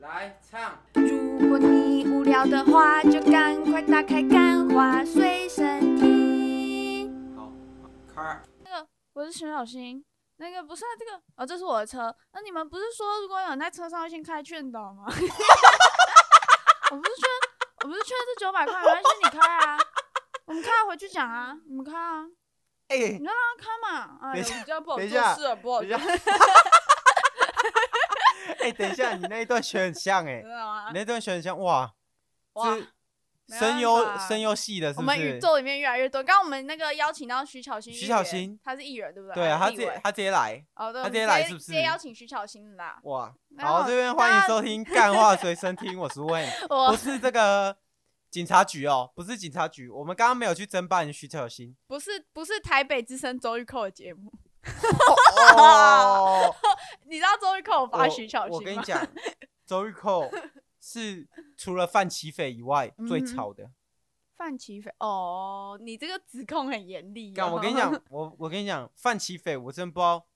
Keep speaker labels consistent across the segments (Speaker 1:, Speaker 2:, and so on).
Speaker 1: 来唱。
Speaker 2: 如果你无聊的话，就赶快打开《干花随身听》。
Speaker 1: 好，开。
Speaker 3: 我是徐小新。那个不是、啊、这个哦，这是我的车。那你们不是说如果有人在车上会先开劝导吗？我 不是劝，我不是劝这九百块，没关系，你开啊。我们开了回去讲啊，你们开啊，
Speaker 4: 哎、
Speaker 3: 你就让他开嘛。哎呦
Speaker 4: 等一下，
Speaker 3: 比较不好
Speaker 4: 等
Speaker 3: 做
Speaker 4: 一下
Speaker 3: 事了，不好
Speaker 4: 等一
Speaker 3: 做
Speaker 4: 下
Speaker 3: 事，
Speaker 4: 哎、等一下，你那一段选很像哎、
Speaker 3: 知道吗
Speaker 4: 你？那段选很像哇，
Speaker 3: 啊哇
Speaker 4: 这
Speaker 3: 没
Speaker 4: 声
Speaker 3: 办
Speaker 4: 优
Speaker 3: 法
Speaker 4: 声优系的，是
Speaker 3: 我
Speaker 4: 不
Speaker 3: 们宇
Speaker 4: 是？
Speaker 3: 宙里面越来越多。刚刚我们那个邀请到徐巧芯，
Speaker 4: 徐巧芯，
Speaker 3: 他是艺人对不对？
Speaker 4: 对啊，他
Speaker 3: 还
Speaker 4: 直
Speaker 3: 是立委
Speaker 4: 接他直接来
Speaker 3: 哦，对，
Speaker 4: 他
Speaker 3: 我
Speaker 4: 直
Speaker 3: 们
Speaker 4: 接
Speaker 3: 直
Speaker 4: 来是不
Speaker 3: 直
Speaker 4: 是
Speaker 3: 接邀请徐巧芯啦。
Speaker 4: 哇！
Speaker 3: 然
Speaker 4: 好，
Speaker 3: 后
Speaker 4: 这边欢迎收听《干话随身听》，我是问，不
Speaker 3: 我
Speaker 4: 是这个警察局哦，不是警察局，我们刚刚没有去侦办徐巧芯。
Speaker 3: 不是不是台北之声周玉蔻的节目，
Speaker 4: 哦，
Speaker 3: 你知道周玉蔻有
Speaker 4: 我
Speaker 3: 发徐巧
Speaker 4: 我
Speaker 3: 芯
Speaker 4: 跟你
Speaker 3: 吗？
Speaker 4: 讲，周玉蔻是除了范琪斐以外最
Speaker 3: 嗯哼
Speaker 4: 吵的。
Speaker 3: 范琪斐哦，你这个指控很严厉、哦。
Speaker 4: 干，我 跟你讲，我我跟你讲，范琪斐，我真不知道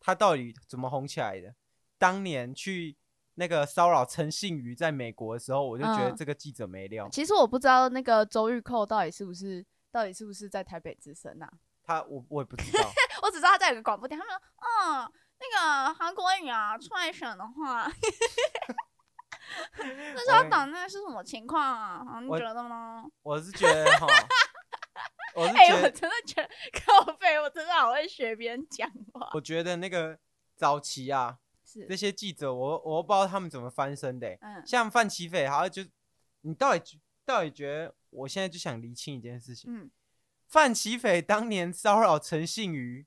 Speaker 4: 他到底怎么红起来的。当年去那个骚扰陈信瑜在美国的时候，我就觉得
Speaker 3: 嗯
Speaker 4: 这个记者没 料。
Speaker 3: 其实我不知道那个周玉蔻到底是不是到底是不是在台北之声呐、啊
Speaker 4: 他我我也不知道，
Speaker 3: 我只知道他在有个广播电台，他们说，嗯，那个韩国语啊，出来选的话， 那时
Speaker 4: 我
Speaker 3: 候
Speaker 4: 跟
Speaker 3: 党内是什么情况啊？啊你
Speaker 4: 我
Speaker 3: 觉得呢？
Speaker 4: 我是觉得 哈，我是
Speaker 3: 哎、
Speaker 4: 觉
Speaker 3: 我
Speaker 4: 得
Speaker 3: 真的觉得靠背，我真的好会学别人讲话。
Speaker 4: 我觉得那个早期啊，这
Speaker 3: 是，
Speaker 4: 些记者我我不知道他们怎么翻身的欸、
Speaker 3: 嗯
Speaker 4: 像范琪斐，好像就你到底觉到底觉得，我现在就想厘清一件事情。
Speaker 3: 嗯，
Speaker 4: 范琪斐当年骚扰陈信瑜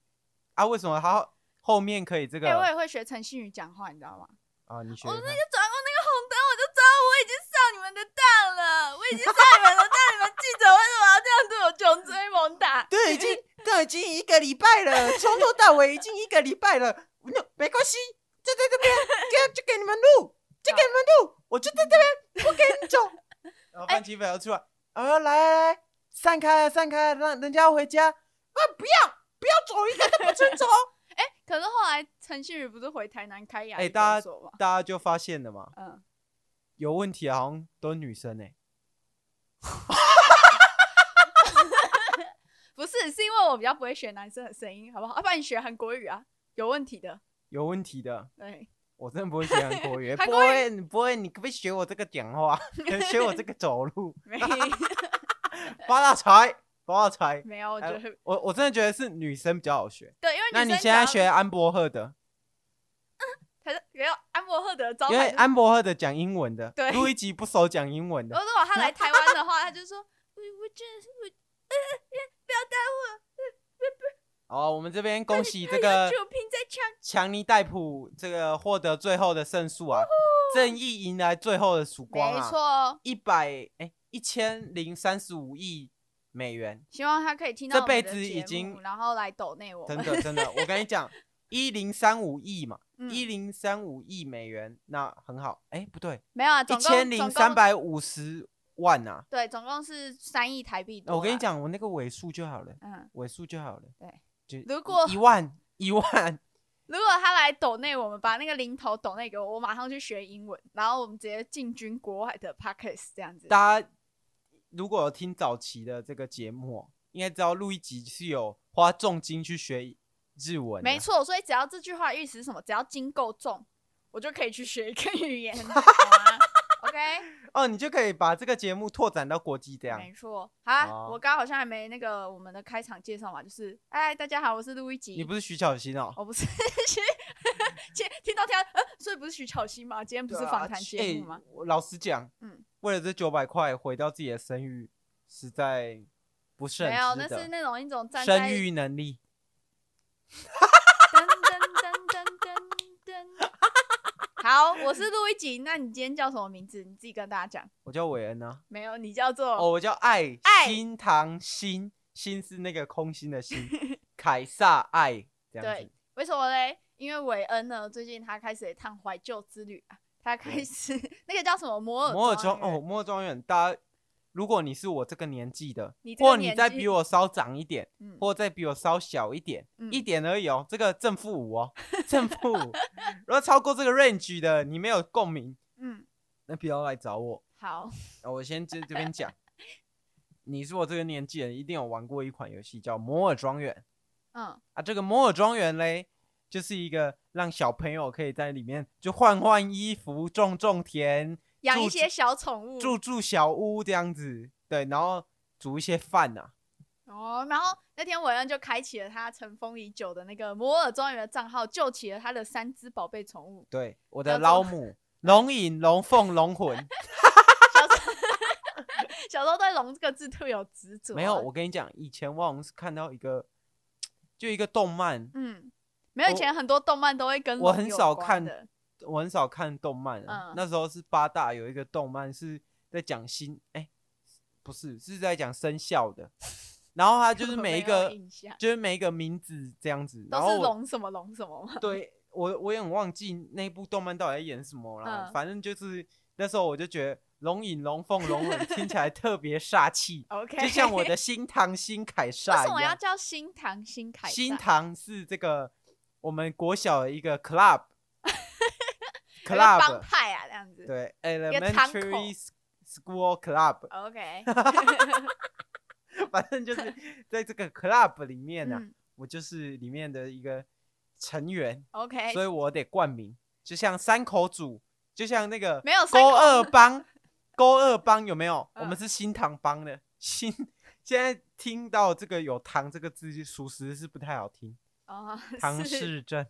Speaker 4: 啊，为什么他后面可以这
Speaker 3: 哎、
Speaker 4: 个
Speaker 3: 我
Speaker 4: 啊、
Speaker 3: 也会学陈信宇讲话，你知道吗？
Speaker 4: 你学
Speaker 3: 我
Speaker 4: 得
Speaker 3: 那
Speaker 4: 看
Speaker 3: 个转过那个红灯，我就知道我已经上你们的当了， 我已经上你们的当，你们记者为什么要这样对我穷追猛打？
Speaker 4: 对，已经都已经一个礼拜了，从头到尾已经一个礼拜了，那没关系，就在这边，就就给你们录，就给你们录，我就在这边，不给你走。 然后范琪斐要出来，啊，来来来，散开啊，散开啊，让人家回家。啊，不要，不要走，一个都不准走。
Speaker 3: 哎、可是后来陈信宇不是回台南开牙
Speaker 4: 哎
Speaker 3: 医
Speaker 4: 大
Speaker 3: 诊
Speaker 4: 家
Speaker 3: 所吗？
Speaker 4: 大家就发现了嘛，
Speaker 3: 嗯，
Speaker 4: 有问题好像都是女生哎、
Speaker 3: 不是，是因为我比较不会学男生的声音，好不好？要、不然你学韩国语啊，有问题的。
Speaker 4: 有问题的。
Speaker 3: 对，
Speaker 4: 我真的不会学韩国语，欸
Speaker 3: 韩
Speaker 4: 不
Speaker 3: 国
Speaker 4: 会，你不会，你可不可以学我这个讲话， 学我这个走路，
Speaker 3: 没
Speaker 4: 发大财，发大财。
Speaker 3: 没有，我觉
Speaker 4: 哎
Speaker 3: 得、
Speaker 4: 我我真的觉得是女生比较好学。
Speaker 3: 对，因为
Speaker 4: 那
Speaker 3: 女
Speaker 4: 你
Speaker 3: 生
Speaker 4: 现在
Speaker 3: 讲
Speaker 4: 学安博赫德，
Speaker 3: 可是没有安博赫德的招
Speaker 4: 因为
Speaker 3: 牌就是，
Speaker 4: 安博赫德讲英文的，
Speaker 3: 对哦
Speaker 4: 录一集不熟讲英文
Speaker 3: 如
Speaker 4: 的，
Speaker 3: 果他来台湾的话，他就说，我我真的是我，呃，呃不要打我，
Speaker 4: 哦，我们这边恭喜这
Speaker 3: 他
Speaker 4: 个
Speaker 3: 有酒瓶在枪。
Speaker 4: 强尼戴普这个获得最后的胜诉啊，正义迎来最后的曙光
Speaker 3: 没
Speaker 4: 啊，
Speaker 3: 错，哦
Speaker 4: 一百哎一千零三十五亿美元，
Speaker 3: 希望他可以听到
Speaker 4: 这
Speaker 3: 我们
Speaker 4: 辈
Speaker 3: 的
Speaker 4: 子已
Speaker 3: 节
Speaker 4: 经
Speaker 3: 目然后来抖内我
Speaker 4: 真
Speaker 3: 们。
Speaker 4: 的真的，我跟你讲，一零三五亿嘛，
Speaker 3: 嗯
Speaker 4: 一零三五亿美元，那很好。哎、不对，
Speaker 3: 没有啊，
Speaker 4: 一
Speaker 3: 总
Speaker 4: 千
Speaker 3: 共
Speaker 4: 零
Speaker 3: 总
Speaker 4: 三
Speaker 3: 共
Speaker 4: 百五十万啊呐、
Speaker 3: 对，总共是三亿台币。
Speaker 4: 我跟你，讲，我那个尾数就好了，
Speaker 3: 嗯，
Speaker 4: 尾数就好了。
Speaker 3: 对
Speaker 4: 就一，
Speaker 3: 如果
Speaker 4: 一万一万，
Speaker 3: 如果他来抖内我们，把那个零头抖内给我，我马上去学英文，然后我们直接进军国外的 p a c k e s 这样子。
Speaker 4: 大家如果有听早期的这个节目哦，应该知道录一集是有花重金去学日文的，
Speaker 3: 没错，所以只要这句话意思是什么，只要金够重，我就可以去学一个语言，好吗？OK，
Speaker 4: 哦，你就可以把这个节目拓展到国际 这样。
Speaker 3: 没错。好啊，
Speaker 4: 哦
Speaker 3: 我刚刚好像还没那个我们的开场介绍嘛，就是，哎，大家好，我是路易吉。
Speaker 4: 你不是徐小新哦？
Speaker 3: 我不是 徐，听听到听到，呃，所以不是徐巧芯吗？今天不是
Speaker 4: 对啊
Speaker 3: 访谈
Speaker 4: 其
Speaker 3: 节
Speaker 4: 欸
Speaker 3: 目吗？
Speaker 4: 我老实讲，
Speaker 3: 嗯
Speaker 4: 为了这九百块毁掉自己的声誉，实在不是很
Speaker 3: 没有，
Speaker 4: 值
Speaker 3: 那
Speaker 4: 得
Speaker 3: 是那种一种站在
Speaker 4: 生育能力。
Speaker 3: 噔噔噔噔噔噔。好，我是陆一吉，那你今天叫什么名字？你自己跟大家讲。
Speaker 4: 我叫韦恩啊，
Speaker 3: 没有，你叫做、
Speaker 4: 哦，我叫爱
Speaker 3: 爱
Speaker 4: 新唐心，心是那个空心 的心，凯撒爱这样
Speaker 3: 对
Speaker 4: 子。
Speaker 3: 为什么嘞？因为韦恩呢，最近他开始一趟怀旧之旅啊，他开始那个叫什么摩尔
Speaker 4: 嗯摩尔庄
Speaker 3: 庄园
Speaker 4: 哦，，摩尔庄园，大家如果你是我这个年纪的，
Speaker 3: 你这个
Speaker 4: 或你
Speaker 3: 年
Speaker 4: 再
Speaker 3: 纪
Speaker 4: 比我稍长一点，
Speaker 3: 嗯
Speaker 4: 或再比我稍小一点，
Speaker 3: 嗯
Speaker 4: 一点而已哦，这个正负五哦，正负五。如果超过这个 range 的，你没有共鸣，
Speaker 3: 嗯，
Speaker 4: 那不要来找我。
Speaker 3: 好，
Speaker 4: 啊我先这这 边讲，你是我这个年纪人，一定有玩过一款游戏叫《摩尔庄园》
Speaker 3: 嗯，
Speaker 4: 啊。这个《摩尔庄园》嘞，就是一个让小朋友可以在里面就换换衣服、种种田、
Speaker 3: 养一
Speaker 4: 住
Speaker 3: 些小宠物，
Speaker 4: 住住小屋这样子，对，然后煮一些饭呐、啊。
Speaker 3: 哦，然后那天伟恩就开启了他尘封已久的那个摩尔庄园的账号，救起了他的三只宝贝宠物。
Speaker 4: 对，我
Speaker 3: 叫
Speaker 4: 的
Speaker 3: 做
Speaker 4: 老母龙影、龙凤、龙魂，
Speaker 3: 小时候对“龙”这个字特有执着。啊
Speaker 4: 没有。我跟你讲，以前我好像是看到一个，就一个动漫，
Speaker 3: 嗯，没有。以
Speaker 4: 我
Speaker 3: 前很多动漫都会跟
Speaker 4: 哦我
Speaker 3: 龙
Speaker 4: 很
Speaker 3: 有
Speaker 4: 少
Speaker 3: 关
Speaker 4: 看
Speaker 3: 的，
Speaker 4: 我很少看动漫、啊。
Speaker 3: 嗯
Speaker 4: 那时候是八大有一个动漫是在讲新，哎、不是，是在讲生肖的。然后它就是
Speaker 3: 我
Speaker 4: 每 一
Speaker 3: 没有
Speaker 4: 个，
Speaker 3: 印象
Speaker 4: 就是每一个名字这样子，然
Speaker 3: 都
Speaker 4: 后
Speaker 3: 是
Speaker 4: 我
Speaker 3: 龙什么龙什么嘛。
Speaker 4: 对我我也很忘记那部动漫到底在演什么啦。
Speaker 3: 嗯
Speaker 4: 反正就是那时候我就觉得龙影、龙凤、龙吻听起来特别煞气，
Speaker 3: OK，
Speaker 4: 就像我的新唐新凯
Speaker 3: 为
Speaker 4: 撒
Speaker 3: 什
Speaker 4: 一
Speaker 3: 么要
Speaker 4: 样。
Speaker 3: 叫新唐新凯撒？
Speaker 4: 新唐是这个我们国小的一个 club
Speaker 3: 有个帮
Speaker 4: club
Speaker 3: 派啊，这样子。
Speaker 4: 对
Speaker 3: 个堂口
Speaker 4: elementary s- school club，
Speaker 3: OK，
Speaker 4: 反正 就是在这个 club 里面呢、
Speaker 3: 嗯
Speaker 4: 我就是里面的一个成员，
Speaker 3: ，OK，
Speaker 4: 所以我得冠名，就像三口组，就像那个
Speaker 3: 没有三
Speaker 4: 勾
Speaker 3: 口
Speaker 4: 二帮，勾二帮有没有？
Speaker 3: 嗯
Speaker 4: 我们是新唐帮的，新现在听到这个有“唐”这个字，就属实是不太好听。
Speaker 3: 哦，
Speaker 4: 唐
Speaker 3: 是
Speaker 4: 氏症，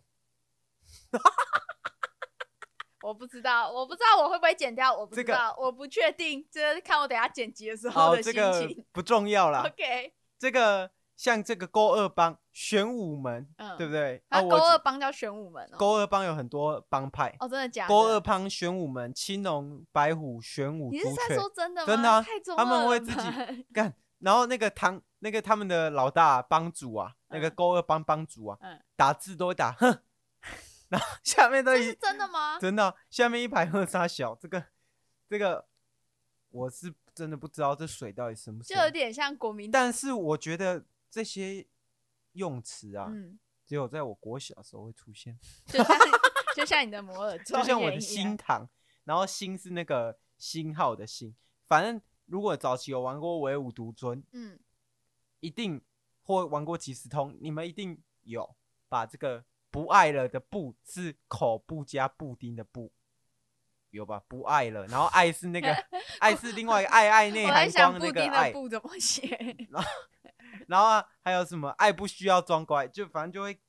Speaker 3: 我不知道，我不知道我会不会剪掉，我不知
Speaker 4: 这个
Speaker 3: 道，我不确定，这是看我等下剪辑的时候
Speaker 4: 好，
Speaker 3: 的
Speaker 4: 这
Speaker 3: 心
Speaker 4: 个啊
Speaker 3: 情。
Speaker 4: 不重要啦。
Speaker 3: OK，
Speaker 4: 这个像这个勾二帮、玄武门，
Speaker 3: 嗯
Speaker 4: 对不对？
Speaker 3: 那
Speaker 4: 啊我
Speaker 3: 勾二帮叫玄武门哦，
Speaker 4: 勾二帮有很多帮派，
Speaker 3: 哦，真的假的？
Speaker 4: 勾二帮、玄武门、青龙、白虎、玄武、
Speaker 3: 你是
Speaker 4: 朱雀
Speaker 3: 在，说真的吗？
Speaker 4: 真的啊
Speaker 3: 太中
Speaker 4: 他们
Speaker 3: 二了
Speaker 4: 会自
Speaker 3: 吧
Speaker 4: 干。然后那个唐，那个他们的老大帮主啊，那个
Speaker 3: 嗯
Speaker 4: 勾二帮帮主啊，
Speaker 3: 嗯
Speaker 4: 打字都会打哼， 然后下面都
Speaker 3: 这是
Speaker 4: 一
Speaker 3: 真的吗？
Speaker 4: 真的啊、下面一排喝沙小，这个这个我是真的不知道这水到底深不
Speaker 3: 就有
Speaker 4: 深，
Speaker 3: 点像国民党，
Speaker 4: 但是我觉得这些用词啊，
Speaker 3: 嗯，
Speaker 4: 只有在我国小的时候会 出现，
Speaker 3: 就像就像你的摩尔庄 园
Speaker 4: 就
Speaker 3: 一样，
Speaker 4: 像我的新堂，然后新是那个星号的星，反正如果早期有玩过唯吾独尊，
Speaker 3: 嗯，
Speaker 4: 一定或玩过即时通，你们一定有把这个不爱了的不是口部加布丁的布。有吧？不爱了，然后爱是那个 爱是另外一个爱爱内
Speaker 3: 我
Speaker 4: 涵
Speaker 3: 在想
Speaker 4: 光
Speaker 3: 布
Speaker 4: 那个
Speaker 3: 丁
Speaker 4: 爱
Speaker 3: 的，布怎么写，
Speaker 4: 然后、啊、还有什么爱不需要装乖，就反正就会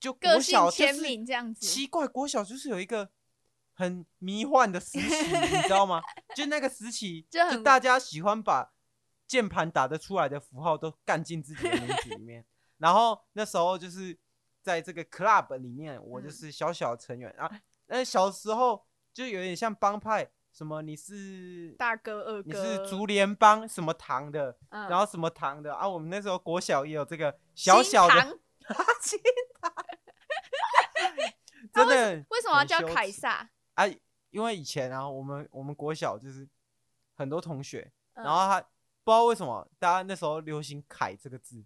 Speaker 4: 就
Speaker 3: 个
Speaker 4: 国
Speaker 3: 性
Speaker 4: 小就
Speaker 3: 签
Speaker 4: 是
Speaker 3: 名这样子，
Speaker 4: 奇怪，国小就是有一个很迷幻的 时期，你知道吗？就那个时期，
Speaker 3: 就
Speaker 4: 就
Speaker 3: 很
Speaker 4: 大家喜欢把键盘打得出来的符号都干进自己的名字里 面。然后那时候就是在这个 club 里面，我就
Speaker 3: 嗯
Speaker 4: 是小小成员、啊。那小时候就有点像帮派，什么你是
Speaker 3: 大哥二
Speaker 4: 你
Speaker 3: 哥，
Speaker 4: 是竹联帮什么堂的，
Speaker 3: 嗯，
Speaker 4: 然后什么堂的啊？我们那时候国小也有这个小
Speaker 3: 新
Speaker 4: 小的，
Speaker 3: 唐
Speaker 4: 新堂
Speaker 3: 那
Speaker 4: 真的。
Speaker 3: 为什么要
Speaker 4: 很
Speaker 3: 叫
Speaker 4: 羞
Speaker 3: 凯
Speaker 4: 耻
Speaker 3: 撒？
Speaker 4: 啊，因为以前啊，我们我们国小就是很多同学，
Speaker 3: 嗯
Speaker 4: 然后他不知道为什么大家那时候流行“凯”这个字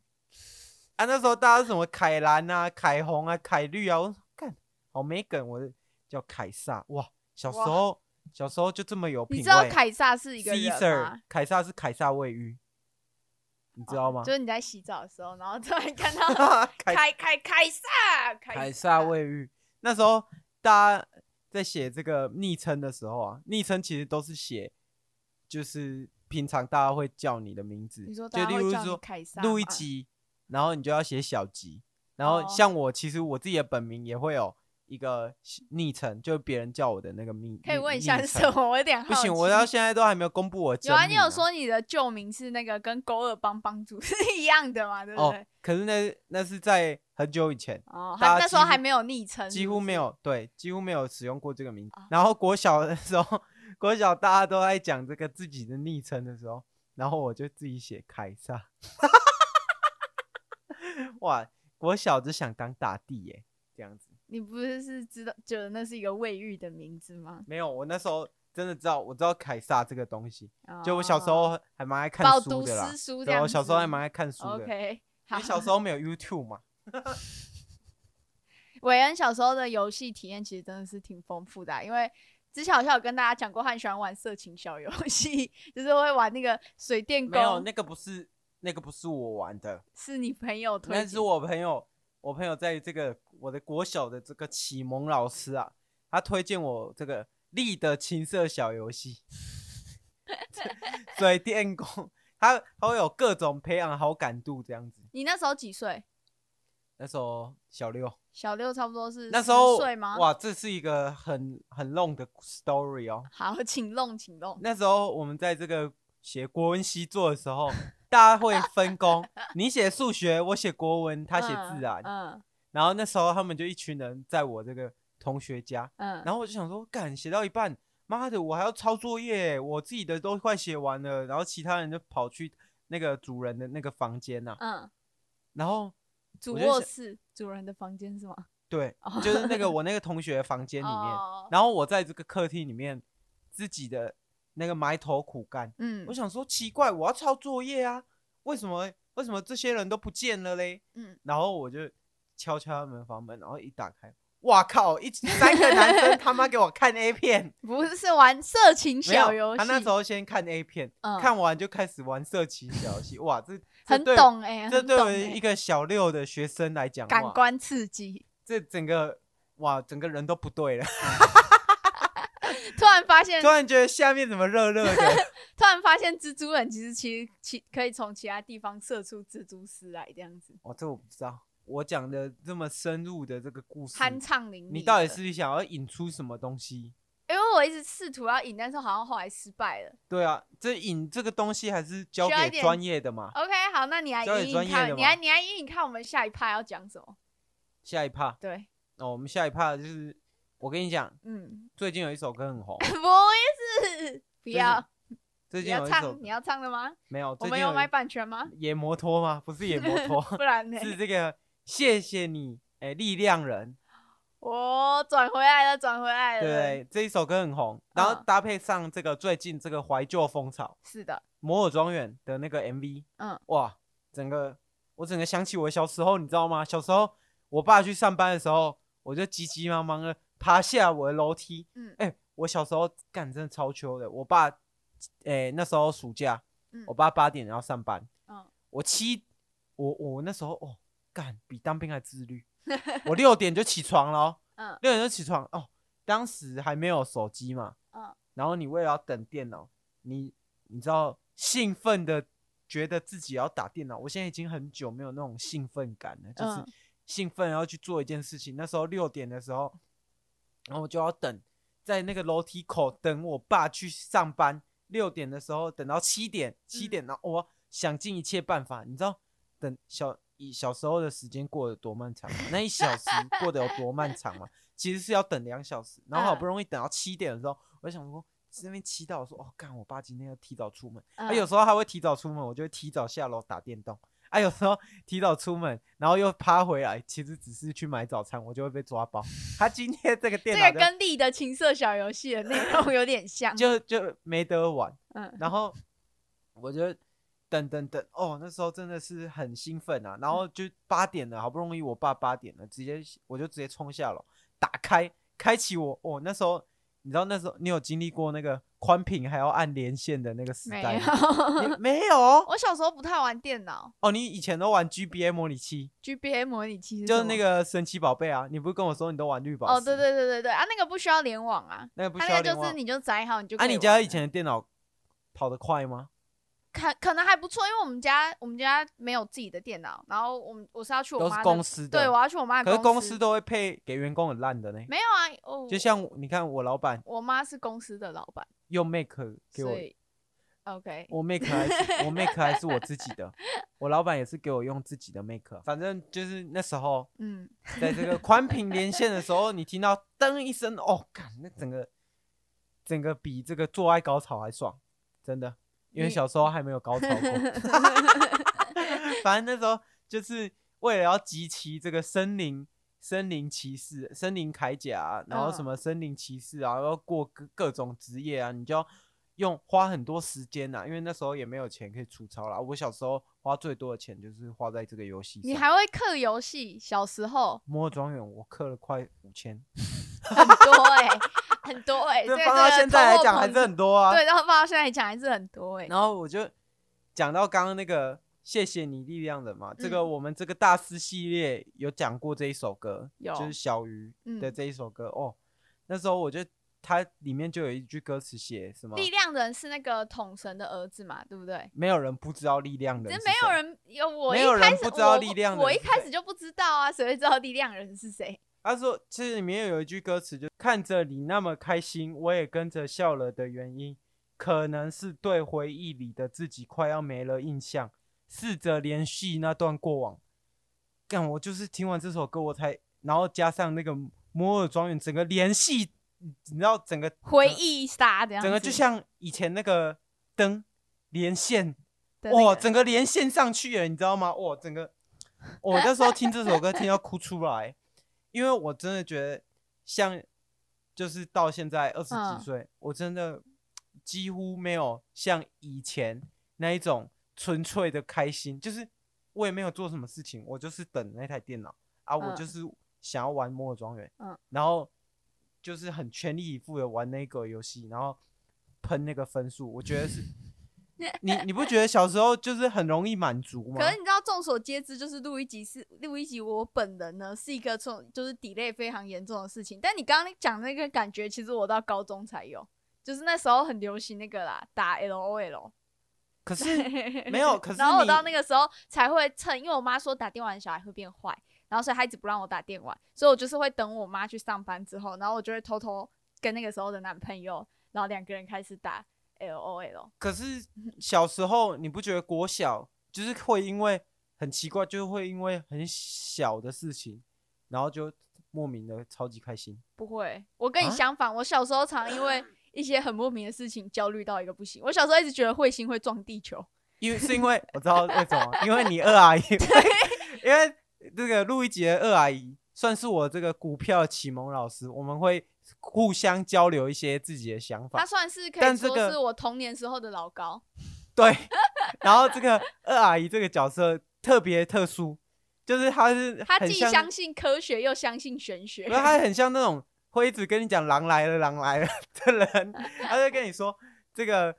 Speaker 4: 啊，那时候大家什么凯蓝啊、凯红啊、凯绿啊，我说干好没梗，我的叫凯撒哇，小时
Speaker 3: 哇
Speaker 4: 候小时候就这么有品味。
Speaker 3: 你知道凯撒是一个人
Speaker 4: Caesar
Speaker 3: 吗？
Speaker 4: 凯撒是凯撒卫浴，你知道吗？
Speaker 3: 就是你在洗澡的时候，然后突然看到
Speaker 4: 凯
Speaker 3: 凯凯凯撒，
Speaker 4: 凯撒卫浴。那时候大家在写这个昵称的时候啊，昵称其实都是写，就是平常大家会叫你的名字，
Speaker 3: 你说
Speaker 4: 就
Speaker 3: 大家
Speaker 4: 例
Speaker 3: 会
Speaker 4: 如
Speaker 3: 叫你
Speaker 4: 说
Speaker 3: 凯撒
Speaker 4: 录一
Speaker 3: 吗
Speaker 4: 集，然后你就要写小吉。然后
Speaker 3: 哦
Speaker 4: 像我，其实我自己的本名也会有一个昵称，就是别人叫我的那个昵。
Speaker 3: 可以问一
Speaker 4: 昵
Speaker 3: 下是什？
Speaker 4: 昵称
Speaker 3: 么？我有点好
Speaker 4: 不
Speaker 3: 奇
Speaker 4: 行，我到现在都还没有公布我真
Speaker 3: 有啊，
Speaker 4: 名
Speaker 3: 你有说你的旧名是那个跟勾二帮帮主 是一样的嘛？对不
Speaker 4: 哦
Speaker 3: 对？，
Speaker 4: 可是那那是在很久以前，
Speaker 3: 哦，他
Speaker 4: 大家
Speaker 3: 那时候
Speaker 4: 几乎
Speaker 3: 还没有昵称，
Speaker 4: 几乎没。有，对，几乎没有使用过这个名字
Speaker 3: 啊。
Speaker 4: 然后国小的时候， 国小大家都在讲这个自己的昵称的时候，然后我就自己写凯撒。 哇，国小只想当大帝耶，这样子。
Speaker 3: 你不是是知道觉得那是一个卫浴的名字吗？
Speaker 4: 没有，我那时候真的知道，我知道凯撒这个东西。就我小时
Speaker 3: 哦
Speaker 4: 候还蛮爱看
Speaker 3: 饱
Speaker 4: 书
Speaker 3: 读
Speaker 4: 的啦
Speaker 3: 诗，书这
Speaker 4: 对，
Speaker 3: 样子。
Speaker 4: 我小时候还蛮爱看书的。
Speaker 3: OK。
Speaker 4: 因
Speaker 3: 好
Speaker 4: 为，小时候没有 YouTube 嘛，
Speaker 3: 韦恩小时候的游戏体验其实真的是挺丰富的啊、因为之前好像有跟大家讲过，他很喜欢玩色情小游戏，就是会玩那个水电
Speaker 4: 没有，
Speaker 3: 工，
Speaker 4: 那个不是那个不是我玩的，
Speaker 3: 是你朋友推
Speaker 4: 那
Speaker 3: 荐。
Speaker 4: 是我朋友，我朋友在这个我的国小的这个启蒙老师啊，他推荐我这个力的青涩小游戏， 水电工，他他会有各种培养好感度这样子。
Speaker 3: 你那时候几岁？
Speaker 4: 那时候小六，
Speaker 3: 小六差不多是
Speaker 4: 那时候
Speaker 3: 10岁吗？
Speaker 4: 哇，这是一个很很 long 的 story 哦。
Speaker 3: 好，请弄，请弄。
Speaker 4: 那时候我们在这个写国文习作的时候，大家会 分工，你写数学，我写国文，他写啊自然。
Speaker 3: 嗯
Speaker 4: 然后那时候他们就一群人在我这个同学家，
Speaker 3: 嗯，
Speaker 4: 然后我就想说，干写到一半，妈的，我还要抄作业，我自己的都快写完了，然后其他人就跑去那个主人的那个房间呐、
Speaker 3: 嗯，
Speaker 4: 然后
Speaker 3: 主
Speaker 4: 我就想
Speaker 3: 卧室主人的房间是吗？
Speaker 4: 对
Speaker 3: 哦，
Speaker 4: 就是那个我那个同学的房间里面，
Speaker 3: 哦
Speaker 4: 然后我在这个客厅里面自己的那个埋头苦干。
Speaker 3: 嗯
Speaker 4: 我想说奇怪，我要抄作业啊，为什么为什么这些人都不见了嘞？
Speaker 3: 嗯，
Speaker 4: 然后我就敲敲他们房门，然后一打开，哇靠，一三个男生他妈给我看 A 片，
Speaker 3: 不是是玩色情
Speaker 4: 没有
Speaker 3: 小游戏，
Speaker 4: 他那时候先看 A 片，
Speaker 3: 嗯
Speaker 4: 看完就开始玩色情小游戏，哇， 这
Speaker 3: 很。
Speaker 4: 这对
Speaker 3: 懂哎，
Speaker 4: 这
Speaker 3: 很懂
Speaker 4: 对于
Speaker 3: 欸
Speaker 4: 一个小六的学生来讲，
Speaker 3: 感
Speaker 4: 哇
Speaker 3: 官刺激，
Speaker 4: 这整个哇，整个人都不对了。
Speaker 3: 突然发现
Speaker 4: 突然觉得下面怎么热 热的，
Speaker 3: 突然发现蜘蛛人其实其实其可以从其他地方射出蜘蛛丝来，这样子
Speaker 4: 哦，这我不知道。我讲的这么深入的这个故事，
Speaker 3: 酣畅淋漓的。
Speaker 4: 你到底是想要引出什么东西？
Speaker 3: 因为我一直试图要引，但是好像后来失败了。
Speaker 4: 对啊，这引这个东西还是交
Speaker 3: 需要一
Speaker 4: 给
Speaker 3: 点
Speaker 4: 专业的嘛。
Speaker 3: OK，好，那你来
Speaker 4: 交给
Speaker 3: 引
Speaker 4: 专
Speaker 3: 引
Speaker 4: 业的
Speaker 3: 看，你
Speaker 4: 嘛
Speaker 3: 来你来引引看我们下一趴要讲什么？
Speaker 4: 下一趴，
Speaker 3: 对，
Speaker 4: 哦，我们下一趴就是，我跟你讲，
Speaker 3: 嗯，，
Speaker 4: 最近有一首歌很红
Speaker 3: 不是，不
Speaker 4: 最近
Speaker 3: 要，
Speaker 4: 最
Speaker 3: 你
Speaker 4: 近有
Speaker 3: 要
Speaker 4: 一首
Speaker 3: 唱你要唱的吗？
Speaker 4: 没有，
Speaker 3: 我
Speaker 4: 最近
Speaker 3: 们有买版权 吗？
Speaker 4: 野摩托吗？不是野摩 托，
Speaker 3: 不然呢？
Speaker 4: 是这个谢谢你，哎，力量人，
Speaker 3: 我转回来了，转回来了。
Speaker 4: 对不对？这一首歌很红，然后
Speaker 3: 嗯
Speaker 4: 搭配上这个最近这个怀旧风潮，
Speaker 3: 是的，
Speaker 4: 摩尔庄园的那个 MV，
Speaker 3: 嗯，
Speaker 4: 哇，整个我整个想起我小时候，你知道吗？小时候我爸去上班的时候，我就急急忙忙的爬下我的楼梯。
Speaker 3: 嗯
Speaker 4: 哎、我小时候干真的超秋的，我爸，哎、那时候暑假，
Speaker 3: 嗯
Speaker 4: 我爸八点要上班，
Speaker 3: 嗯，
Speaker 4: 我七，我我那时候哦，干比当兵还 自律，我六点就起床了哦，
Speaker 3: 嗯
Speaker 4: 六点就起床哦，当时还没有手机嘛，
Speaker 3: 嗯
Speaker 4: 然后你为了要等电脑，你你知道兴奋的觉得自己要打电脑，我现在已经很久没有那种兴奋感了，就是
Speaker 3: 嗯
Speaker 4: 兴奋然后去做一件事情。那时候六点的时候，然后我就要等在那个楼梯口等我爸去上班。六点的时候等到七点，七点然后我想尽一切办法，你知道，等小以小时候的时间过得多漫长吗，那一小时过得有多漫长吗？其实是要等两小时，然后好不容易等到七点的时候，我就想说，这边祈祷说，哦，干，我爸今天要提早出门。他、
Speaker 3: 嗯
Speaker 4: 哎有啊时候他会提早出门，我就会提早下楼打电动。啊，有时候提早出门，然后又趴回来，其实只是去买早餐，我就会被抓包。他今天这个电脑
Speaker 3: 这
Speaker 4: 就
Speaker 3: 个跟丽的情色小游戏的内容有点 像。
Speaker 4: 就就没得玩。
Speaker 3: 嗯
Speaker 4: 然后我就等等等，哦，那时候真的是很兴奋啊。然后就八点了，好不容易我爸八点了，直接我就直接冲下楼，打开开启我，哦，那时候你知道那时候你有经历过那个宽屏还要按连线的那个时
Speaker 3: 没
Speaker 4: 代
Speaker 3: 有
Speaker 4: 吗？，你没有
Speaker 3: 我小时候不太玩电脑
Speaker 4: 哦，你以前都玩 GBA 模拟器，
Speaker 3: ，GBA 模拟器
Speaker 4: 就是
Speaker 3: 什么
Speaker 4: 那个神奇宝贝啊。你不是跟我说你都玩绿宝石？
Speaker 3: 哦，对，对对对对啊，那个不需要联网啊，
Speaker 4: 那个不
Speaker 3: 它
Speaker 4: 需
Speaker 3: 那
Speaker 4: 要
Speaker 3: 个
Speaker 4: 联
Speaker 3: 就
Speaker 4: 网
Speaker 3: 是。你就载好你就可
Speaker 4: 啊，
Speaker 3: 以玩了。
Speaker 4: 你家以前的电脑跑得快吗？
Speaker 3: 可可能还不错，因为我们家我们家没有自己的电脑，然后我们我是要去我
Speaker 4: 都
Speaker 3: 妈的
Speaker 4: 是公司的。
Speaker 3: 对，我要去我妈的
Speaker 4: 可是
Speaker 3: 公
Speaker 4: 公司都会配给员工很烂的呢。
Speaker 3: 没有啊，哦，
Speaker 4: 就像你看，我老板
Speaker 3: 我妈是公司的老板，
Speaker 4: 用 Make 给我
Speaker 3: 所，以 OK，
Speaker 4: 我 Make 还是我 Make 还是我自 己的，我老板也是给我用自己的 Make。反正就是那时候，
Speaker 3: 嗯，
Speaker 4: 在这个宽屏连线的时候，你听到噔一声，哦，干，那整个整个比这个做爱高潮还爽，真的，因为
Speaker 3: 你
Speaker 4: 小时候还没有高潮 过。反正那时候就是为了要集齐这个森林、森林骑士、森林铠甲啊、然后什
Speaker 3: 嗯
Speaker 4: 么森林骑士啊，然后过各各种职业啊，你就要用花很多时间呐、因为那时候也没有钱可以出操啦。我小时候花最多的钱就是花在这个游戏上。
Speaker 3: 你还会氪游戏？小时候
Speaker 4: 摩尔庄园，我氪了快五千，
Speaker 3: 很多哎、很多哎、欸，
Speaker 4: 这
Speaker 3: 这个
Speaker 4: 放到现在来讲还是很多啊。
Speaker 3: 对，然后放到现在来讲还是很多哎、
Speaker 4: 然后我就讲到刚刚那个谢谢你力量的嘛，这个
Speaker 3: 嗯
Speaker 4: 我们这个大师系列有讲过这一首歌，
Speaker 3: 有
Speaker 4: 就是小鱼的
Speaker 3: 嗯，
Speaker 4: 这一首歌、哦。那时候我就它里面就有一句歌词写什么，
Speaker 3: 力量人是那个统神的儿子嘛，对不对？
Speaker 4: 没有人不知道力量的，
Speaker 3: 真没有人有我
Speaker 4: 没
Speaker 3: 一
Speaker 4: 有人
Speaker 3: 开始
Speaker 4: 不知道力量
Speaker 3: 我，我
Speaker 4: 人
Speaker 3: 一
Speaker 4: 是
Speaker 3: 开
Speaker 4: 谁
Speaker 3: 始就不知道啊，谁会知道力量人是谁？
Speaker 4: 他说，其实里面有一句歌词，就看着你那么开心，我也跟着笑了的原因，可能是对回忆里的自己快要没了印象，试着联系那段过往。干，我就是听完这首歌，我才，然后加上那个摩尔庄园，整个联系，你知道，整个
Speaker 3: 回忆杀这样子，
Speaker 4: 嗯整个就像以前那个灯连线，
Speaker 3: 的那
Speaker 4: 哇，
Speaker 3: 个
Speaker 4: 整个连线上去了，你知道吗？哇，整个我那时候听这首歌听到哭出来，因为我真的觉得像就是到现在二十
Speaker 3: 嗯
Speaker 4: 几岁，我真的几乎没有像以前那一种纯粹的开心，就是我也没有做什么事情，我就是等那台电脑啊，我
Speaker 3: 嗯
Speaker 4: 就是想要玩《摩尔庄园》，
Speaker 3: 嗯
Speaker 4: 然后就是很全力以赴的玩那个游戏，然后喷那个分数，我觉得是。你你不觉得小时候就是很容易满足吗？
Speaker 3: 可是你知道，众所皆知，就是录一集是录一集，我本人呢是一个从就是 delay 非常严重的事情。但你刚刚讲那个感觉，其实我到高中才有，就是那时候很流行那个啦，打 L O L。
Speaker 4: 可是 没有可是
Speaker 3: 然后我
Speaker 4: 你
Speaker 3: 到那个时候才会趁，因为我妈说打电玩小孩会变坏，然后所以她一直不让我打电玩，所以我就是会等我妈去上班之后，然后我就会偷偷跟那个时候的男朋友，然后两个人开始打 L O L。
Speaker 4: 可是小时候你不觉得国小就是会因为很奇怪，就会因为很小的事情，然后就莫名的超级开心。
Speaker 3: 不会，我跟你
Speaker 4: 啊
Speaker 3: 相反，我小时候常因 为一些很莫名的事情焦虑到一个不行。我小时候一直觉得彗星会撞地球，
Speaker 4: 因为是 因为我知道为什么，因为你二阿姨，因为这个陆一杰二阿姨算是我这个股票启蒙老师，我们会互相交流一些自己的想
Speaker 3: 它
Speaker 4: 法。
Speaker 3: 算是可
Speaker 4: 但
Speaker 3: 以
Speaker 4: 这
Speaker 3: 说
Speaker 4: 个
Speaker 3: 是我童年时候的老高。
Speaker 4: 对，然后这个二阿姨这个角色特别特殊，就是她是
Speaker 3: 他
Speaker 4: 很
Speaker 3: 既
Speaker 4: 像
Speaker 3: 相信科学又相信玄学
Speaker 4: 不。是，他很像那种会一直跟你讲“狼来了，狼来了”的人，他就跟你说这个，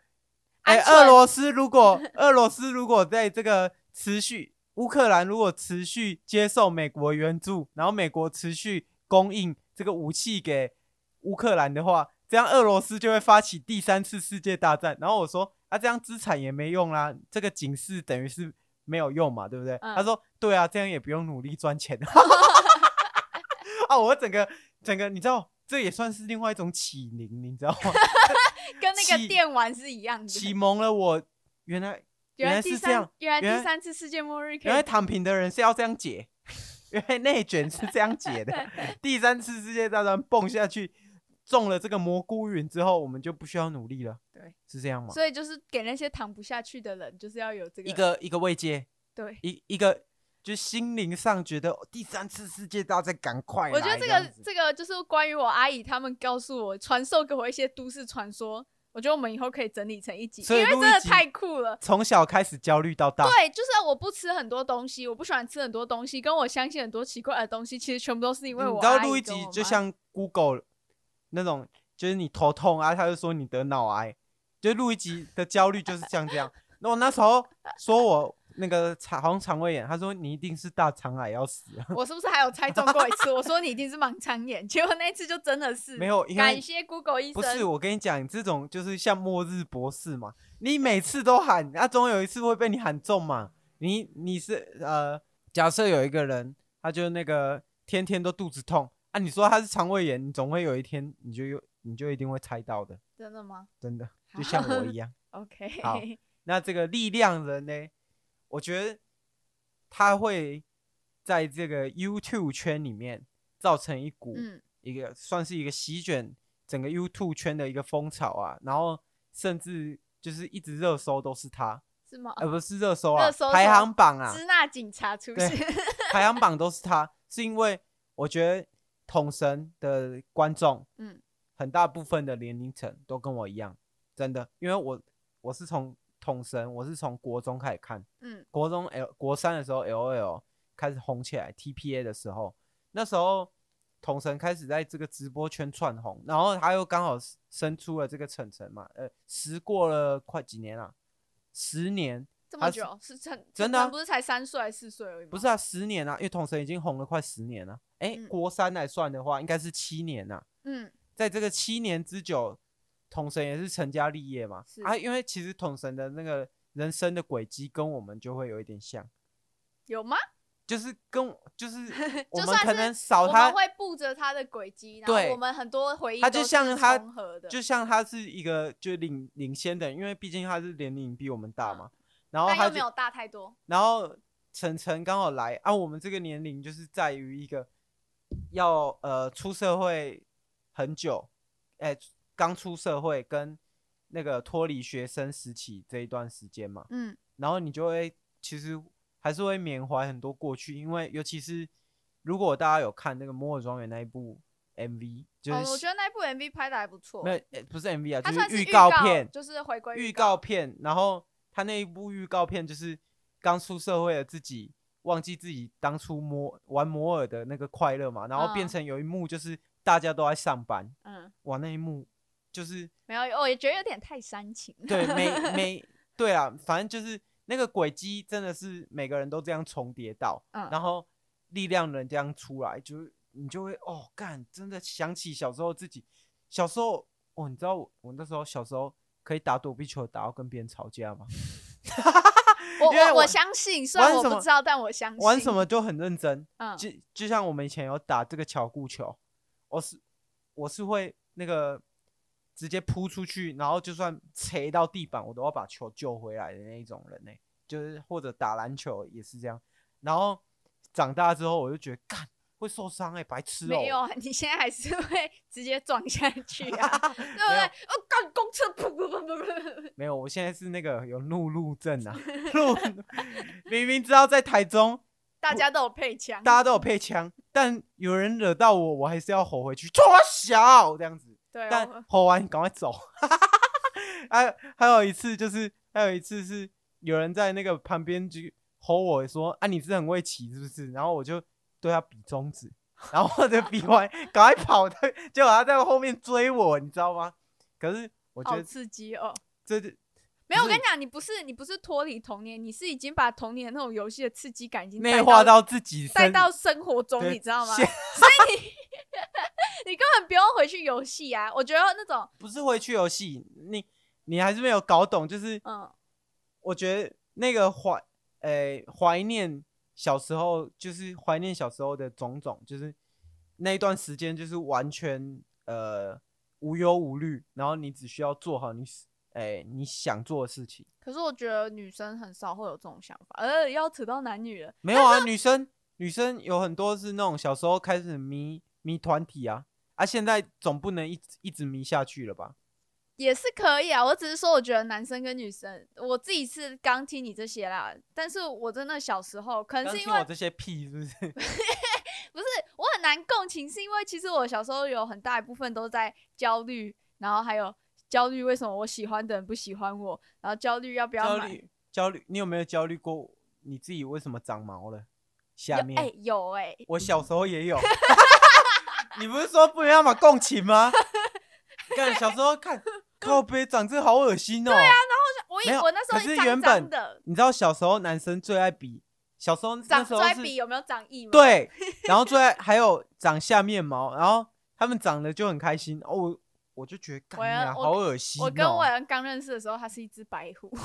Speaker 4: 哎、
Speaker 3: 鹌鹑
Speaker 4: 俄罗斯如果俄罗斯如果在这个持续乌克兰如果持续接受美国援助，然后美国持续供应这个武器给乌克兰的话，这样俄罗斯就会发起第三次世界大战。然后我说啊，这样资产也没用啦，这个警示等于是没有用嘛，对不对？
Speaker 3: 嗯
Speaker 4: 他说对啊，这样也不用努力赚 钱。啊，我整个整个，你知道，这也算是另外一种启灵，你知道 吗？
Speaker 3: 跟那
Speaker 4: 启
Speaker 3: 个电玩是一样
Speaker 4: 启
Speaker 3: 的。
Speaker 4: 蒙了我，原来原来
Speaker 3: 第
Speaker 4: 是这
Speaker 3: 三
Speaker 4: 样，，
Speaker 3: 原来
Speaker 4: 原来
Speaker 3: 第三次世界末日可
Speaker 4: 原来
Speaker 3: 以
Speaker 4: 躺平的人是要这样解，原来内卷是这样解 的。第三次世界大战蹦下去，中了这个蘑菇云之后，我们就不需要努力了。
Speaker 3: 对，
Speaker 4: 是这样吗？
Speaker 3: 所以就是给那些躺不下去的人，就是要有这
Speaker 4: 一个一个慰藉，
Speaker 3: 对。
Speaker 4: 一一个就心灵上觉得哦第三次世界大战赶快来。
Speaker 3: 我觉得这
Speaker 4: 样
Speaker 3: 个
Speaker 4: 子
Speaker 3: 这个就是关于我阿姨他们告诉我传授给我一些都市传说，我觉得我们以后可以整理成一集，
Speaker 4: 所以
Speaker 3: 因为
Speaker 4: 录
Speaker 3: 真
Speaker 4: 一
Speaker 3: 的
Speaker 4: 集
Speaker 3: 太酷了。
Speaker 4: 从小开始焦虑到大，
Speaker 3: 对，就是我不吃很多东西，我不喜欢吃很多东西，跟我相信很多奇怪的东西，其实全部都是因为我
Speaker 4: 嗯你知道
Speaker 3: 阿姨
Speaker 4: 录一
Speaker 3: 跟
Speaker 4: 集
Speaker 3: 我
Speaker 4: 就
Speaker 3: 妈
Speaker 4: 像 Google 那种，就是你头痛啊，他就说你得脑癌，就录一集的焦虑就是像这样。那我那时候说我那个肠好像肠胃炎，他说你一定是大肠癌要死了，
Speaker 3: 我是不是还有猜中过一次？我说你一定是盲肠炎，结果那一次就真的是
Speaker 4: 没有，因
Speaker 3: 感
Speaker 4: 为
Speaker 3: 谢 Google 医
Speaker 4: 不是
Speaker 3: 生，
Speaker 4: 我跟你讲，这种就是像末日博士嘛，你每次都喊，那、总有一次会被你喊中嘛。你你是呃，假设有一个人，他就那个天天都肚子痛啊，你说他是肠胃炎，你总会有一天你就有你就一定会猜到的。
Speaker 3: 真的吗
Speaker 4: 真的
Speaker 3: 好
Speaker 4: 就像我一样。
Speaker 3: ？OK，
Speaker 4: 好那这个力量人呢，我觉得他会在这个 YouTube 圈里面造成一股、
Speaker 3: 嗯，
Speaker 4: 一个算是一个席卷整个 YouTube 圈的一个风潮啊，然后甚至就是一直热搜都是他，
Speaker 3: 是吗？
Speaker 4: 而、不是热搜啊，
Speaker 3: 热搜
Speaker 4: 排
Speaker 3: 什么
Speaker 4: 行榜啊，
Speaker 3: 支那警察出
Speaker 4: 对
Speaker 3: 现，
Speaker 4: 排行榜都是他，是因为我觉得统神的观众，嗯
Speaker 3: 嗯，
Speaker 4: 很大部分的年龄层都跟我一样，真的，因为我我是从统神，我是从国中开始看，
Speaker 3: 嗯
Speaker 4: 国中 L 国三的时候 L O L 开始红起来，T P A 的时候，那时候统神开始在这个直播圈窜红，然后他又刚好生出了这个晨晨嘛，呃，时过了快几年了、十年，
Speaker 3: 这
Speaker 4: 他
Speaker 3: 么
Speaker 4: 是
Speaker 3: 久是真
Speaker 4: 真的啊
Speaker 3: 陈不是才三岁四岁而已吗？
Speaker 4: 不是啊，十年啊，因为统神已经红了快十年了、哎、
Speaker 3: 嗯
Speaker 4: 国三来算的话，应该是七年呐、
Speaker 3: 嗯，
Speaker 4: 在这个七年之久，统神也是成家立业嘛
Speaker 3: 是。
Speaker 4: 啊，因为其实统神的那个人生的轨迹跟我们就会有一点像，
Speaker 3: 有吗？
Speaker 4: 就是跟就是 我
Speaker 3: 就
Speaker 4: 们
Speaker 3: 算
Speaker 4: 可
Speaker 3: 是
Speaker 4: 能少
Speaker 3: 我
Speaker 4: 他
Speaker 3: 们，会步着他的轨迹，然
Speaker 4: 对
Speaker 3: 后我们很多回忆
Speaker 4: 他就
Speaker 3: 都是
Speaker 4: 像他
Speaker 3: 重合的，
Speaker 4: 就像他是一个就领领先的人，因为毕竟他是年龄比我们大嘛。然后
Speaker 3: 嗯但
Speaker 4: 他
Speaker 3: 又没
Speaker 4: 就
Speaker 3: 有大太多。
Speaker 4: 然后晨晨刚好来啊，我们这个年龄就是在于一个要呃出社会很久，哎、刚出社会跟那个脱离学生时期这一段时间嘛，
Speaker 3: 嗯，
Speaker 4: 然后你就会其实还是会缅怀很多过去，因为尤其是如果大家有看那个《摩尔庄园》那一部 MV，就
Speaker 3: 哦，
Speaker 4: 是、
Speaker 3: 我觉得那部 MV 拍的还不错，
Speaker 4: 没有、呃不是 MV 啊，
Speaker 3: 它
Speaker 4: 就
Speaker 3: 算是
Speaker 4: 预
Speaker 3: 告
Speaker 4: 片，
Speaker 3: 就是回归
Speaker 4: 预
Speaker 3: 告
Speaker 4: 告。片，然后他那一部预告片就是刚出社会的自己忘记自己当初摩玩摩尔的那个快乐嘛，然后
Speaker 3: 嗯
Speaker 4: 变成有一幕就是大家都在上班，
Speaker 3: 嗯，
Speaker 4: 哇，那一幕就是
Speaker 3: 没有，我也觉得有点太煽情。
Speaker 4: 对 每每对啊，反正就是那个轨迹真的是每个人都这样重叠到，
Speaker 3: 嗯
Speaker 4: 然后力量能这样出来，就是你就会哦干，真的想起小时候自己，小时候哦，你知道我我那时候小时候可以打躲避球打到跟别人吵架吗？
Speaker 3: 我
Speaker 4: 因为
Speaker 3: 我
Speaker 4: 我
Speaker 3: 我相信，虽然
Speaker 4: 玩
Speaker 3: 我
Speaker 4: 什
Speaker 3: 不
Speaker 4: 么
Speaker 3: 知道，但我相信。
Speaker 4: 玩什？么就很认真，
Speaker 3: 嗯，
Speaker 4: 就就像我们以前有打这个巧固球，我是我是会那个直接扑出去，然后就算捶到地板，我都要把球救回来的那一种人呢、就是或者打篮球也是这样。然后长大之后，我就觉得干会受伤哎、白痴哦、
Speaker 3: 没有啊，你现在还是会直接撞下去 啊，对不
Speaker 4: 没
Speaker 3: 对？
Speaker 4: 有
Speaker 3: 哦，干公车，噗噗噗噗噗。
Speaker 4: 没有，我现在是那个有怒路症 啊， 路明明知道在台中
Speaker 3: 大家都有配枪，
Speaker 4: 大家都有配枪，但有人惹到我，我还是要吼回去，冲我啊小这样子。
Speaker 3: 对，哦
Speaker 4: 但
Speaker 3: 我
Speaker 4: 吼完赶快走。 还还有一次就是，还有一次是有人在那个旁边就吼我说：“啊，你是很会骑是不是？”然后我就对他比中指，然后我就比完赶快跑，他结果他在后面追我，你知道吗？可是我觉
Speaker 3: 好
Speaker 4: 得
Speaker 3: 刺激哦。
Speaker 4: 这就
Speaker 3: 没有，我
Speaker 4: 不
Speaker 3: 跟
Speaker 4: 是
Speaker 3: 你讲，你不是你不是脱离童年，你是已经把童年那种游戏的刺激感已经带
Speaker 4: 内化
Speaker 3: 到
Speaker 4: 到自己
Speaker 3: 带
Speaker 4: 身
Speaker 3: 到生活中，
Speaker 4: 对
Speaker 3: 你知道吗？所
Speaker 4: 现
Speaker 3: 以 你你根本不用回去游戏啊。我觉得那种
Speaker 4: 不是回去游戏，你你还是没有搞懂，就是
Speaker 3: 嗯
Speaker 4: 我觉得那个怀，诶、怀念小时候，就是怀念小时候的种种，就是那一段时间，就是完全呃无忧无虑，然后你只需要做好你喜，诶、你想做的事情。
Speaker 3: 可是我觉得女生很少会有这种想法，呃，要扯到男女了。
Speaker 4: 没有啊，女生女生有很多是那种小时候开始迷迷团体啊，啊，现在总不能一直一直迷下去了吧？
Speaker 3: 也是可以啊，我只是说，我觉得男生跟女生，我自己是刚听你这些啦，但是我真的小时候，可能
Speaker 4: 刚
Speaker 3: 是因
Speaker 4: 听
Speaker 3: 为
Speaker 4: 我这些屁是不是？
Speaker 3: 不是我很难共情，是因为其实我小时候有很大一部分都在焦虑，然后还有焦虑为什么我喜欢的人不喜欢我，然后焦虑要不要
Speaker 4: 焦
Speaker 3: 买。
Speaker 4: 虑焦虑，你有没有焦虑过你自己为什么长毛了？下
Speaker 3: 有
Speaker 4: 面
Speaker 3: 哎、有哎、
Speaker 4: 我小时候也有。 你不是说不能要嘛共情吗？看小时候看靠背长这好恶心哦、
Speaker 3: 啊我以
Speaker 4: 没有
Speaker 3: 我那时候
Speaker 4: 可是
Speaker 3: 一张
Speaker 4: 原
Speaker 3: 张
Speaker 4: 本
Speaker 3: 的，
Speaker 4: 你知道小时候男生最爱比，小时候那
Speaker 3: 长
Speaker 4: 时候
Speaker 3: 衰
Speaker 4: 是
Speaker 3: 比有哦没有长翼吗？，
Speaker 4: 对，然后最爱还有长下面毛，然后他们长得就很开心哦。我我就觉
Speaker 3: 我
Speaker 4: 得干呀，
Speaker 3: 我
Speaker 4: 好恶心、哦
Speaker 3: 我跟我刚认识的时候，它是一只白虎，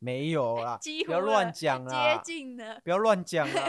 Speaker 4: 没有啦，
Speaker 3: 几乎
Speaker 4: 不要
Speaker 3: 了
Speaker 4: 乱讲
Speaker 3: 接
Speaker 4: 啦，
Speaker 3: 近了。
Speaker 4: 不要乱讲啦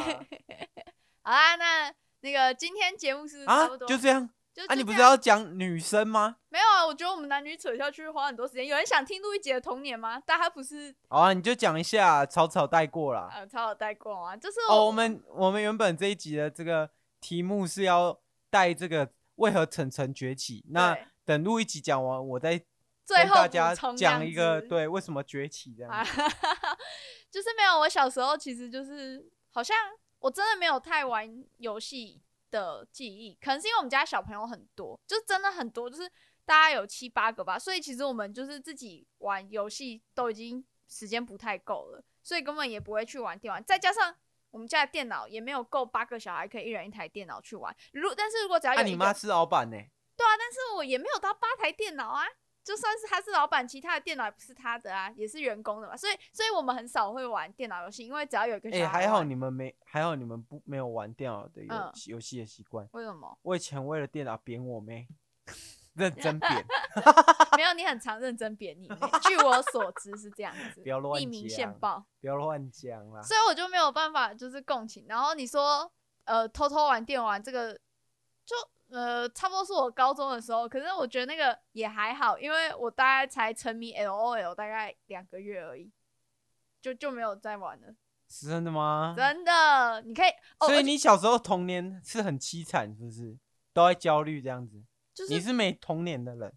Speaker 3: 好啦，那那个今天节目是不是差
Speaker 4: 啊
Speaker 3: 不多，
Speaker 4: 就这样
Speaker 3: 就
Speaker 4: 啊！
Speaker 3: 就
Speaker 4: 你不
Speaker 3: 这
Speaker 4: 是
Speaker 3: 样
Speaker 4: 要讲女生吗？
Speaker 3: 没有啊？我觉得我们男女扯下去花很多时间。有人想听陆一杰的童年吗？大家不是
Speaker 4: 好啊，你就讲一下，草草带过啦。
Speaker 3: 呃超有带过吗？就是
Speaker 4: 哦，我们我们原本这一集的这个题目是要带这个为何晨晨崛起。那
Speaker 3: 对
Speaker 4: 等录一集讲完，我再
Speaker 3: 最
Speaker 4: 跟
Speaker 3: 后
Speaker 4: 大
Speaker 3: 补
Speaker 4: 家
Speaker 3: 充这
Speaker 4: 讲
Speaker 3: 样
Speaker 4: 一个
Speaker 3: 子
Speaker 4: 对为什么崛起这
Speaker 3: 啊
Speaker 4: 样子。
Speaker 3: 哈哈哈， 就是没有。我小时候其实就是好像我真的没有太玩游戏的记忆，可能是因为我们家小朋友很多，就真的很多，就是大概有七八个吧，所以其实我们就是自己玩游戏都已经时间不太够了，所以根本也不会去玩电玩。再加上我们家的电脑也没有够八个小孩可以一人一台电脑去玩。如但是如果只要有
Speaker 4: 啊，
Speaker 3: 一
Speaker 4: 你
Speaker 3: 个
Speaker 4: 妈是老板呢、
Speaker 3: 对啊，但是我也没有到八台电脑啊，就算是他是老板，其他的电脑也不是他的啊，也是员工的嘛，所以所以我们很少会玩电脑游戏，因为只要有一个小
Speaker 4: 哎、
Speaker 3: 孩、
Speaker 4: 还好，你们没，还好你们不没有玩电脑的游
Speaker 3: 嗯
Speaker 4: 戏游戏的习惯。
Speaker 3: 为什么
Speaker 4: 我以前为了电脑扁我妹， 认真扁，
Speaker 3: 没有？你很常认真贬你妹，据我所知是这样子，
Speaker 4: 不要乱
Speaker 3: 匿名
Speaker 4: 讲
Speaker 3: 线报，
Speaker 4: 不要乱讲啦。
Speaker 3: 所以我就没有办法就是共情。然后你说呃偷偷玩电玩这个，就呃差不多是我高中的时候，可是我觉得那个也还好，因为我大概才沉迷 LOL 大概两个月而已，就就没有再玩了。
Speaker 4: 是真的吗？
Speaker 3: 真的，你可以哦，
Speaker 4: 啊所
Speaker 3: 而
Speaker 4: 以
Speaker 3: 且
Speaker 4: 你小时候童年是很凄惨，是不是？都在焦虑这样子。
Speaker 3: 就
Speaker 4: 你
Speaker 3: 是
Speaker 4: 是没童年的人，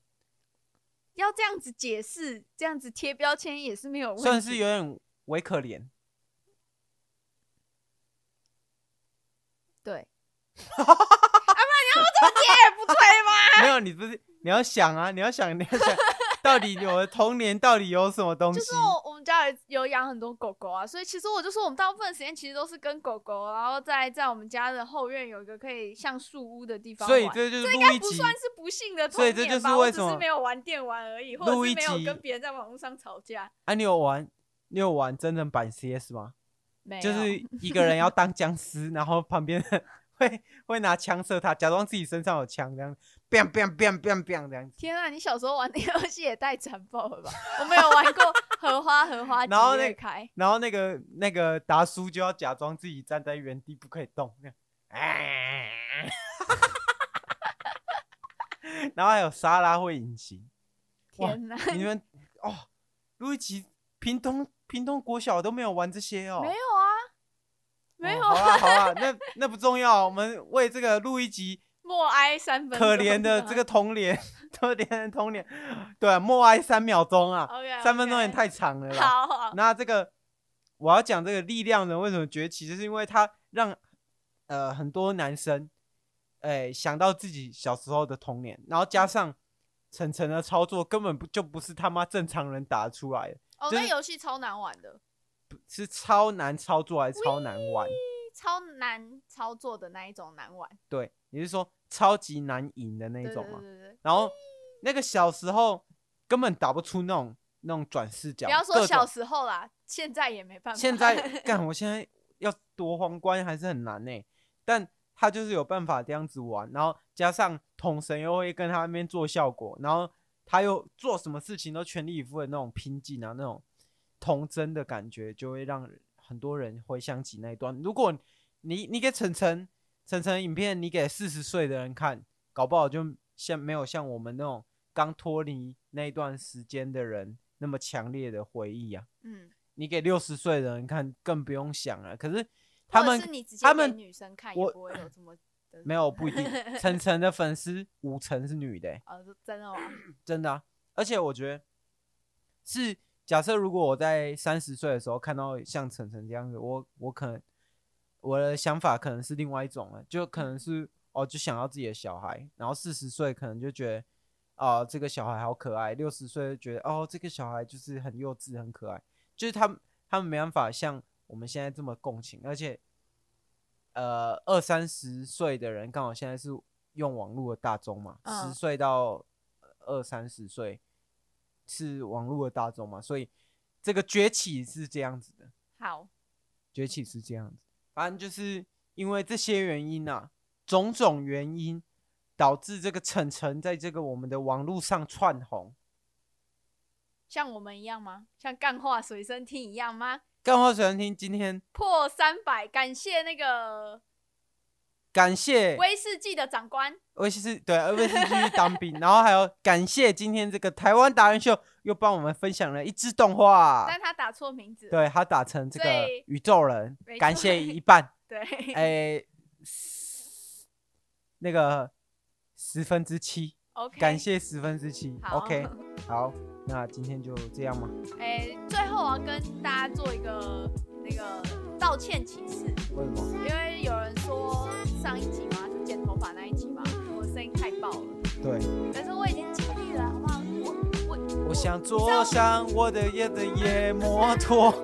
Speaker 3: 要这样子解释，这样子贴标签也是没有问题。
Speaker 4: 算是有点微可怜。
Speaker 3: 对，啊，不然你要我怎么贴也不对吧？
Speaker 4: 没有，你不是你要想啊，你要想，你要想，到底我的童年到底有什么东西
Speaker 3: 就？是我我们家有有养很多狗狗啊，所以其实我就说我们大部分时间其实都是跟狗狗，然后在在我们家的后院有一个可以像树屋的地方
Speaker 4: 所以
Speaker 3: 玩
Speaker 4: 这就是
Speaker 3: 应
Speaker 4: 录
Speaker 3: 该
Speaker 4: 一
Speaker 3: 不
Speaker 4: 集，
Speaker 3: 算是不幸的童
Speaker 4: 所以
Speaker 3: 年吧，
Speaker 4: 这就是为什
Speaker 3: 我只
Speaker 4: 么
Speaker 3: 是没有玩电玩而已，或者
Speaker 4: 录一
Speaker 3: 是没有
Speaker 4: 集
Speaker 3: 跟别人在网络上吵架，
Speaker 4: 啊，你有玩，你有玩真人版 CS 吗？
Speaker 3: 没有，
Speaker 4: 就是一个人要当僵尸，然后旁边的 会会拿枪射他，假装自己身上有枪这样，biang biang biang biang biang 这样子。
Speaker 3: 天啊，你小时候玩的游戏也太残暴了吧！我没有玩过荷花荷花
Speaker 4: 然后
Speaker 3: 几
Speaker 4: 那
Speaker 3: 月开，
Speaker 4: 然后那个那个达叔就要假装自己站在原地不可以动，这样，哎然后还有莎拉会隐形，哇
Speaker 3: 天哪，啊
Speaker 4: 你们哦，路易吉屏东屏东国小都没有玩这些哦，
Speaker 3: 没有啊，没有
Speaker 4: 哦、好啦好 啦，那那不重要，我们为这个路易吉
Speaker 3: 默哀三分钟，
Speaker 4: 可怜 的这个童年， 可怜的童年，对、啊，默哀三秒钟啊
Speaker 3: OK，OK
Speaker 4: 三分钟也太长了啦。
Speaker 3: 哦好好
Speaker 4: 那这个我要讲这个力量人为什么崛起，就是因为他让呃很多男生哎、想到自己小时候的童年，然后加上晨晨的操作根本不就不是他妈正常人打得出来的。
Speaker 3: 哦，
Speaker 4: 就是
Speaker 3: 那游戏超难玩的，
Speaker 4: 是超难操作还是超难玩？
Speaker 3: 超难操作的那一种难玩，
Speaker 4: 对，你是说超级难赢的那一
Speaker 3: 对对
Speaker 4: 种
Speaker 3: 对
Speaker 4: 吗？
Speaker 3: 对对。
Speaker 4: 然后那个小时候根本打不出那种那种转视角，
Speaker 3: 不要
Speaker 4: 各
Speaker 3: 说
Speaker 4: 种
Speaker 3: 小时候啦，现在也没办法。
Speaker 4: 现在干，我现在要夺皇冠还是很难呢、但他就是有办法这样子玩，然后加上统神又会跟他那边做效果，然后他又做什么事情都全力以赴的那种拼劲啊，那种童真的感觉，就会让人很多人回想起那一段。如果你你给晨晨晨晨影片，你给四十岁的人看，搞不好就像没有像我们那种刚脱离那一段时间的人那么强烈的回忆啊。
Speaker 3: 嗯，
Speaker 4: 你给六十岁的人看更不用想了。可是他
Speaker 3: 或者
Speaker 4: 们
Speaker 3: 是你直接
Speaker 4: 他
Speaker 3: 给
Speaker 4: 们
Speaker 3: 女生看
Speaker 4: 我
Speaker 3: 也不会有这么的
Speaker 4: 没 有不一定，晨晨的粉丝五成是女的欸、
Speaker 3: 哦，是真的吗？
Speaker 4: 真的啊、而且我觉得是假设如果我在三十岁的时候看到像晨晨这样子，我我可能我的想法可能是另外一种了，就可能是哦就想要自己的小孩，然后四十岁可能就觉得啊、这个小孩好可爱，六十岁就觉得哦这个小孩就是很幼稚很可爱，就是他们他们没办法像我们现在这么共情，而且呃二三十岁的人刚好现在是用网络的大众嘛，十、
Speaker 3: 嗯
Speaker 4: 岁到二三十岁是网络的大众嘛，所以这个崛起是这样子的，
Speaker 3: 好，
Speaker 4: 崛起是这样子，反正就是因为这些原因啊，种种原因导致这个晨晨在这个我们的网络上窜红。
Speaker 3: 像我们一样吗？像干话随身听一样吗？
Speaker 4: 干话水人听今天
Speaker 3: 破三百，感谢那个
Speaker 4: 感谢
Speaker 3: 威士忌的长官。
Speaker 4: 威士忌对威士忌去当兵，然后还有感谢今天这个台湾达人秀又帮我们分享了一支动画，
Speaker 3: 但他打错名字。
Speaker 4: 啊对他打成这个
Speaker 3: 对
Speaker 4: 宇宙人
Speaker 3: 没，错
Speaker 4: 感谢一半，
Speaker 3: 对，
Speaker 4: 哎，那个十分之七，
Speaker 3: o k
Speaker 4: 感。谢十分之七
Speaker 3: 好
Speaker 4: ，OK，好，那今天就这样嘛，
Speaker 3: 哎、最后我要跟大家做一个那个道歉启事，
Speaker 4: 为什么？
Speaker 3: 因为有人说上一集嘛，就剪头发那一集嘛，我声音太爆了，
Speaker 4: 对，
Speaker 3: 但是我已经尽力了，好不好？我我
Speaker 4: 我想坐上我的夜的野摩托。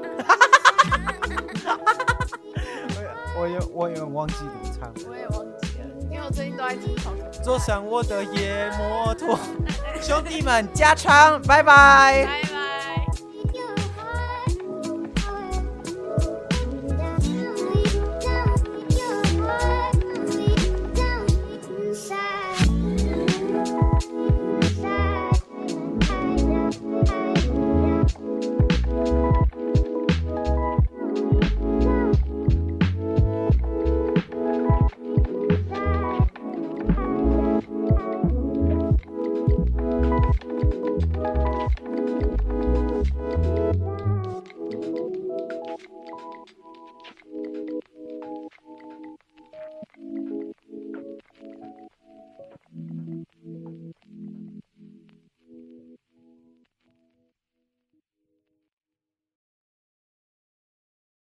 Speaker 4: 我有我有点忘记怎么唱了。
Speaker 3: 我也忘记了，因为我最近都在听好歌。
Speaker 4: 坐上我的野摩托，兄弟们加长，拜拜。
Speaker 3: 拜拜。